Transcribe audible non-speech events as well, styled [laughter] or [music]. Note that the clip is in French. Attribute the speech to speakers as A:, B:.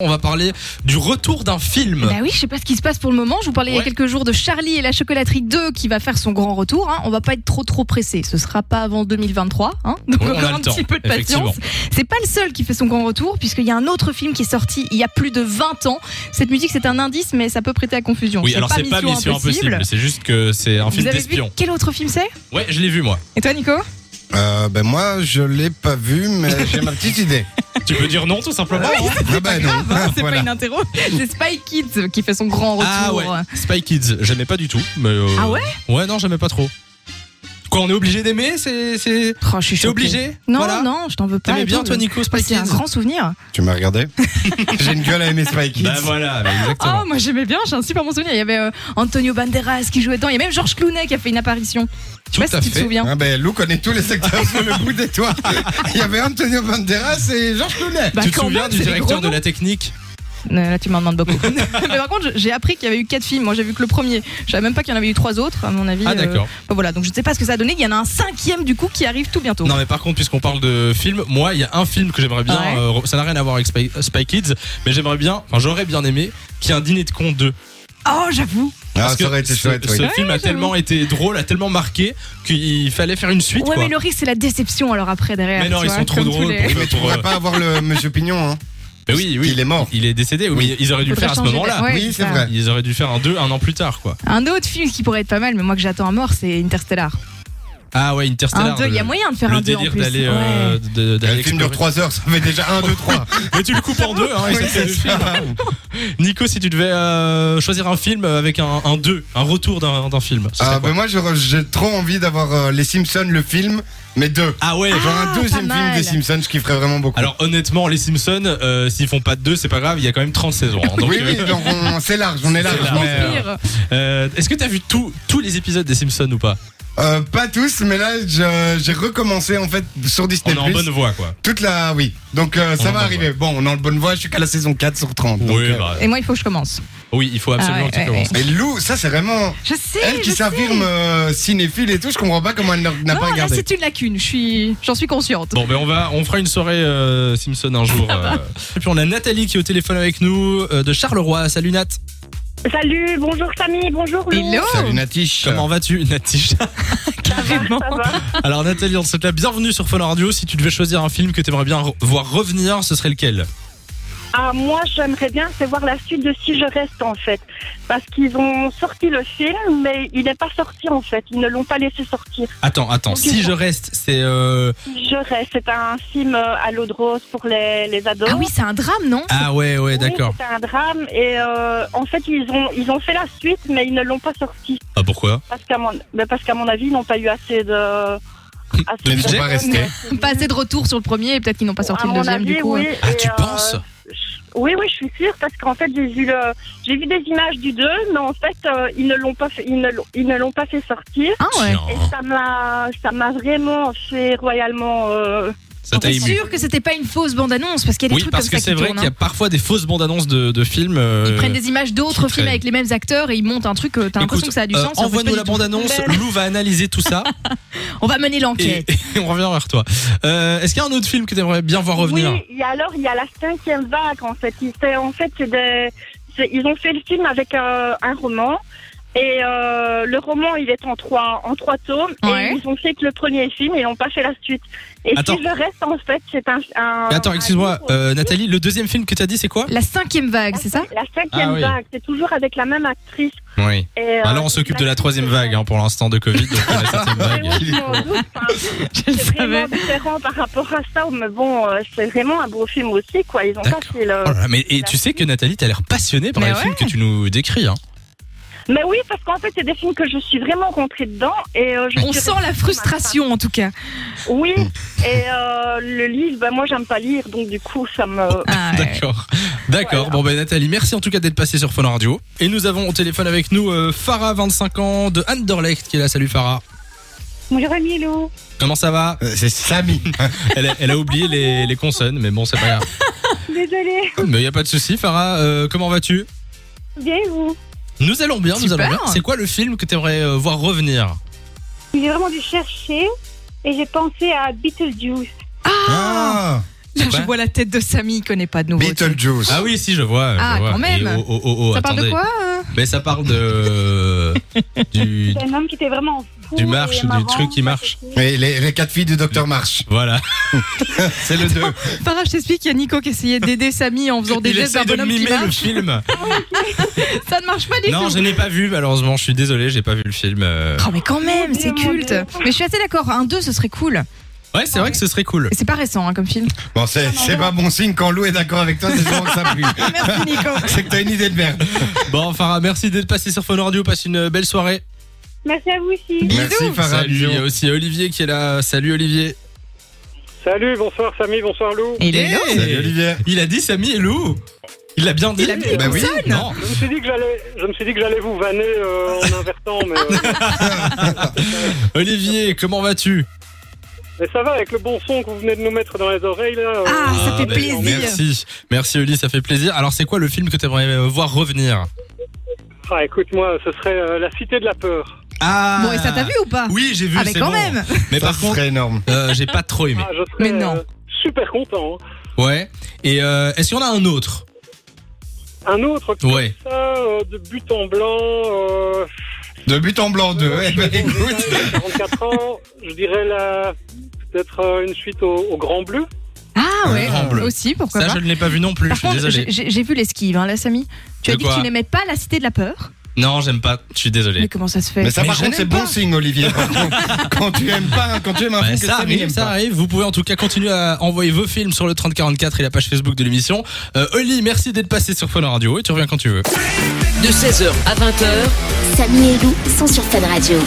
A: On va parler du retour d'un film.
B: Bah oui, je sais pas ce qui se passe pour le moment. Je vous parlais il y a
A: Ouais.
B: quelques jours de Charlie et la chocolaterie 2 qui va faire son grand retour. Hein. On va pas être trop trop pressé. Ce sera pas avant 2023. Hein. [laughs] Donc
A: Ouais, on a
B: encore
A: le
B: un
A: temps,
B: petit peu de patience. C'est pas le seul qui fait son grand retour puisqu'il y a un autre film qui est sorti il y a plus de 20 ans. Cette musique c'est un indice mais ça peut prêter à confusion.
A: Oui, alors c'est pas Mission Impossible, c'est juste que c'est un film
B: Vous avez vu
A: d'espion.
B: quel autre film c'est
A: Ouais, je l'ai vu moi.
B: Et toi Nico
C: Euh, ben moi, je l'ai pas vu, mais
B: [laughs]
C: j'ai ma petite idée.
A: [laughs] Tu peux dire non tout simplement hein
C: Ah ben non.
B: Grave, hein, c'est
C: Voilà.
B: pas une interro. [laughs] C'est Spy Kids qui fait son grand retour.
A: Ah ouais, Spy Kids, j'aimais pas du tout. Mais euh,
B: Ah ouais
A: Ouais, non, j'aimais pas trop. Quoi, on est obligé d'aimer C'est c'est
B: Oh, je suis
A: c'est
B: choquée.
A: obligé
B: Non
A: Voilà.
B: non, je t'en veux pas.
A: T'aimais
B: et
A: bien
B: tout.
A: toi Nico Spy
B: C'est
A: Kids
B: un grand souvenir.
C: Tu
B: [laughs]
C: m'as regardé J'ai une gueule à aimer Spy Kids.
A: Bah voilà, bah exactement.
B: Oh, moi j'aimais bien, j'ai un super bon souvenir. Il y avait euh, Antonio Banderas qui jouait dedans, il y a même Georges Clooney qui a fait une apparition. Je
A: Tout
B: sais pas
A: à
B: si tu te
A: fait.
B: souviens.
C: Ah ben Lou connaît tous les acteurs sur le bout des toits. Il y avait Antonio Banderas et Georges Clooney.
B: Bah,
A: tu te
B: quand
A: souviens
B: même,
A: du
B: c'est des
A: directeur
B: gros
A: de la technique
B: noms. Euh, Là tu m'en
A: [laughs]
B: demandes beaucoup. Mais par contre, je- j'ai appris qu'il y avait eu quatre films. Moi j'ai vu que le premier. Je savais même pas qu'il y en avait eu trois autres, à mon avis.
A: Ah
B: euh,
A: d'accord.
B: bah, voilà, donc je ne sais pas ce que ça a donné. Il y en a un cinquième du coup qui arrive tout bientôt.
A: Non mais par contre puisqu'on parle de film, moi il y a un film que j'aimerais bien,
B: Ouais.
A: euh, re- ça n'a rien à voir avec Spy, Spy Kids, mais j'aimerais bien, enfin j'aurais bien aimé qu'il y ait un dîner de con 2.
B: Oh, j'avoue.
C: Ah,
A: Parce que
C: ça aurait été
A: ce-
C: chouette,
A: Ce,
C: oui.
A: film a tellement été drôle, a tellement marqué qu'il fallait faire une suite.
B: Ouais,
A: quoi.
B: mais le risque c'est la déception alors après derrière.
A: Mais non,
B: tu
A: ils
B: vois,
A: sont trop
B: comme tous
A: drôles
B: les-
A: pour-
C: Oui, mais tu pourrais
A: euh,
C: pas avoir le Monsieur Pignon, hein.
A: Mais oui, oui.
C: Il est mort.
A: Il est décédé, oui.
C: Oui.
A: Ils auraient dû le
B: Faudrait
A: faire à ce
B: changer
A: moment-là.
B: la- ouais,
C: oui,
B: c'est
C: c'est
B: ça.
C: vrai.
A: Ils auraient dû faire un 2 un an plus tard, quoi.
B: Un autre film qui pourrait être pas mal, mais moi que j'attends à mort, c'est Interstellar.
A: Ah ouais,
B: Un
A: Interstellar.
B: 2, il y a
A: le-
B: moyen de faire
A: le
B: un 2 en
A: délire
B: plus.
A: d'aller.
B: Ouais.
A: euh, de- d'aller
C: Le film dure
A: explorer.
C: 3 heures, ça fait déjà 1, 2,
A: [laughs]
C: 3.
A: Mais tu le coupes en deux, hein, et ça, c'est le film. [laughs] Nico, si tu devais euh, choisir un film avec un, un 2, un retour d'un d'un film, ce serait
C: Ah
A: quoi
C: ben moi, j'aurais- j'ai trop envie d'avoir euh, Les Simpsons, le film, mais deux.
A: Ah ouais,
C: Genre
B: Ah,
C: un
B: pas
C: deuxième film
B: mal.
C: des Simpsons, je kifferais vraiment beaucoup.
A: Alors honnêtement, les Simpsons, euh, s'ils font pas de 2, c'est pas grave, il y a quand même 30 saisons. hein, donc,
C: oui,
A: euh,
C: oui, donc on- c'est large, on est large.
A: C'est large.
B: Mon
C: mais, euh,
B: pire.
A: euh, Est-ce que t'as vu tous tous les épisodes des Simpsons ou pas
C: Euh, pas tous, mais là je- j'ai recommencé en fait sur
A: On
C: Disney+.
A: est en bonne voie, quoi.
C: Toute la, oui. Donc euh,
A: On est
C: ça
A: en bonne
C: va arriver. Bon, on est en bonne voie. Je suis qu'à la saison 4 sur 30. donc,
A: oui,
C: euh,
A: bah,
B: Et moi, il faut que je commence.
A: oui, il faut absolument
B: Ah ouais,
A: que tu
B: ouais,
A: commences.
C: Et Lou, ça c'est vraiment
B: Je sais.
C: elle
B: je
C: qui
B: sais.
C: s'affirme euh, cinéphile et tout. Je comprends pas comment elle n'a n'a
B: Non,
C: pas
B: là,
C: regardé.
B: c'est une lacune. Je suis, j'en suis consciente.
A: Bon, ben on va, on fera une soirée euh, Simpson un jour. euh. Et puis on a Nathalie qui est au téléphone avec nous euh, de Charleroi. Salut Nat,
D: Salut, bonjour Samy, bonjour Lou.
B: Hello.
C: Salut Natiche.
A: comment vas-tu Natiche
B: [laughs] Carrément.
D: Ça va
A: Alors Nathalie, on te souhaite la bienvenue sur Fun Radio. Si tu devais choisir un film que t'aimerais bien re- voir revenir, ce serait lequel
D: Ah, moi, j'aimerais bien savoir la suite de Si je reste en fait. Parce qu'ils ont sorti le film, mais il n'est pas sorti en fait. Ils ne l'ont pas laissé sortir.
A: Attends, attends. Si je reste, c'est euh,
D: Si je reste, c'est un film euh, à l'eau de rose pour les, les ados.
B: Ah oui, c'est un drame, non
A: ah ouais ouais
D: Oui,
A: d'accord.
D: C'est un drame et euh, en fait ils ont ils ont fait la suite mais ils ne l'ont pas sorti
A: Ah [laughs] pourquoi
D: parce qu'à mon ben, parce qu'à mon avis ils n'ont pas eu assez de assez
A: Le
D: de
A: budget
D: personnes.
C: Pas resté.
B: Ah, Pas assez de retour sur le premier et peut-être qu'ils n'ont pas sorti
D: À
B: le
D: mon
B: deuxième
D: avis,
B: du coup. hein.
D: oui,
A: Ah
D: et,
A: tu
D: euh,
A: penses
D: Oui, oui, je suis sûre parce qu'en fait j'ai vu le, j'ai vu des images du 2, mais en fait euh, ils ne l'ont pas fait, ils ne l'ont, ils ne l'ont pas fait sortir.
B: Ah ouais.
A: Tiens,
D: Et ça m'a, ça m'a vraiment fait royalement. euh,
A: ça t'a
B: T'es
A: ému.
B: sûr que c'était pas une fausse bande-annonce parce qu'il y a des
A: Oui,
B: trucs
A: parce que
B: comme ça
A: c'est
B: qui
A: vrai
B: tournent,
A: qu'il y a
B: hein.
A: parfois des fausses bandes annonces de, de films.
B: Ils
A: euh,
B: prennent des images d'autres
A: qui
B: films
A: traînent.
B: avec les mêmes acteurs et ils montent un truc. euh, T'as l'impression
A: Écoute,
B: que ça a du
A: euh,
B: sens. et en fait, Ben
A: Envoie-nous
B: pas
A: la
B: du tout.
A: bande-annonce. Lou va analyser tout
B: [laughs]
A: ça
B: On va mener
A: et,
B: l'enquête.
A: et on revient vers toi. Euh, Est-ce qu'il y a un autre film que t'aimerais bien voir revenir
D: Oui, et alors il y a la cinquième vague en fait. Ils- c'est- en fait, c'est des, c'est- ils ont fait le film avec euh, un roman. Et euh, le roman, il est en trois, en trois tomes.
B: Ouais.
D: Et ils ont fait que le premier film, ils n'ont pas fait la suite. Et
A: Attends.
D: si je reste, en fait, c'est un. un
A: Mais Attends,
D: un
A: excuse-moi,
D: livre
A: euh, Nathalie, le deuxième film que t'as dit, c'est quoi
B: La cinquième vague, c'est ça
D: La cinquième
A: Ah oui.
D: vague, c'est toujours avec la même actrice.
A: Oui.
D: Et, euh,
A: Alors Ah, on s'occupe de la troisième vague hein, pour l'instant de Covid, donc euh, la
B: [laughs]
A: septième vague. [laughs]
B: le
D: [laughs] C'est
B: savais.
D: vraiment différent par rapport à ça, mais bon, euh, c'est vraiment un beau film aussi, quoi. Ils ont pas
A: D'accord.
D: fait le.
A: Oh là là, mais et tu sais que Nathalie, t'as l'air passionnée par
B: Mais
A: les films que tu nous décris. Hein.
D: Mais oui, parce qu'en fait, c'est des films que je suis vraiment rentrée dedans. Et, euh, je
B: On
D: suis
B: sent
D: restée
B: la
D: dans ma
B: frustration en tout cas.
D: fin. Oui, et euh, le livre, ben, moi, j'aime pas lire, donc du coup,
B: [laughs]
D: ça me.
B: Ah, ouais.
A: D'accord, d'accord. Bon ben Nathalie, merci en tout cas d'être passée sur Fun Radio. Et nous avons au téléphone avec nous euh, Farah, 25 ans, de Anderlecht qui est là. Salut Farah.
D: Bonjour, Emilou.
A: Comment ça va
C: Euh,
B: [laughs]
C: C'est Samy.
A: elle a, elle a oublié les, les consonnes, mais bon, c'est pas grave. [laughs]
D: Désolée.
A: Mais y a pas de souci, Farah. euh, comment vas-tu
D: Bien, vous
A: Nous allons bien, nous
B: Super.
A: allons bien. C'est quoi le film que t'aimerais euh, voir revenir
D: J'ai vraiment dû chercher, et j'ai pensé à Beetlejuice.
C: Ah,
B: Je vois la tête de Samy, il connaît pas de nouveau.
C: Beetlejuice.
A: Ah oui, si, je vois. je
B: Ah,
A: vois.
B: quand
A: Et
B: même.
A: oh, oh, oh, oh,
B: Ça parle de
A: attendez.
B: quoi hein
A: Mais ça parle de.
B: [laughs]
A: du.
D: C'est un homme qui était vraiment fou.
A: Du marche,
D: et marrant,
A: du truc qui marche.
C: Mais les, les quatre filles du docteur Marsh.
A: Voilà. C'est le 2.
B: Farah, je t'explique, il y a Nico qui essayait d'aider Samy en faisant des
A: Il
B: gestes d'un
A: essaie de
B: bonhomme qui
A: mimer le
B: marche.
A: film.
B: [laughs] Ça ne marche pas du
A: Non,
B: tout.
A: je n'ai pas vu, malheureusement. Je suis désolé, j'ai pas vu le film. euh.
B: Oh mais quand même, c'est
D: Mon Dieu, mon
B: culte.
D: Dieu.
B: Mais je suis assez d'accord, un 2 ce serait cool.
A: Ouais, c'est vrai que ce serait cool.
B: Et C'est pas récent hein, comme film.
C: [laughs] Bon, c'est c'est pas bon signe quand Lou est d'accord avec toi, c'est souvent
B: [laughs]
C: que ça pue.
B: Merci Nico.
C: C'est que t'as une idée de merde.
A: Bon, Farah, merci d'être passé sur Fun Radio. Passe une belle soirée.
D: Merci à vous aussi.
C: Merci, Farah.
A: Salut. Il y a aussi Olivier qui est là. Salut, Olivier.
E: Salut, bonsoir Samy, bonsoir Lou.
B: Et le
A: Hey
C: Salut, Olivier.
A: Il a dit Samy et Lou. Il l'a bien dit.
B: Il a mis les
C: Bah oui.
B: consonnes.
A: Non.
E: Je me suis dit que j'allais, je me suis dit que j'allais vous vanner euh, en invertant, mais,
B: [laughs]
E: euh,
A: Olivier, comment vas-tu
E: mais ça va avec le bon son que vous venez de nous mettre dans les oreilles là. euh,
B: Ah, ça fait
A: bah,
B: plaisir.
A: Merci. Merci, Oli, ça fait plaisir. Alors, c'est quoi le film que tu aimerais voir revenir
E: ah, écoute-moi, ce serait euh, la cité de la peur.
A: Ah
B: Bon et ça t'a vu ou pas
A: Oui, j'ai vu,
B: Ah mais
A: c'est
B: quand
A: bon.
B: même.
A: Mais
C: Ça,
A: par
C: ce
A: contre,
C: serait énorme.
A: euh, j'ai pas trop
E: [laughs]
A: aimé.
E: Ah, je serais,
B: Mais non.
E: euh, super content. hein.
A: Ouais. Et euh, est-ce qu'il y en a un autre
E: Un autre comme
A: Ouais.
E: ça, euh, de but en blanc. Euh,
C: De but en blanc 2. Eh ben, écoute.
E: 44 ans, je dirais la, peut-être euh, une suite au, au Grand Bleu.
B: Ah ouais.
A: Grand bleu.
B: Aussi pourquoi
A: Ça,
B: pas.
A: je ne l'ai pas vu non plus.
B: Par
A: je suis
B: contre,
A: désolé.
B: j'ai j'ai vu l'esquive hein, là Samy. Tu
A: De
B: as dit que
A: quoi
B: tu n'aimais pas la cité de la peur.
A: Non, j'aime pas. Je suis désolé.
B: Mais comment ça se fait
C: Mais ça,
A: Mais
C: par
A: je
C: contre, c'est
B: n'aime
C: bon
B: pas.
C: signe, Olivier. par contre. quand tu aimes pas, quand tu aimes un
A: Ouais,
C: film que
A: ça
C: Samy
A: arrive,
C: n'aime
A: ça
C: pas.
A: arrive. Vous pouvez en tout cas continuer à envoyer vos films sur le 3044 et la page Facebook de l'émission. Euh, Oli, merci d'être passé sur Fun Radio et tu reviens quand tu veux.
F: De 16h à 20h,
G: Samy et Lou sont sur Fan Radio.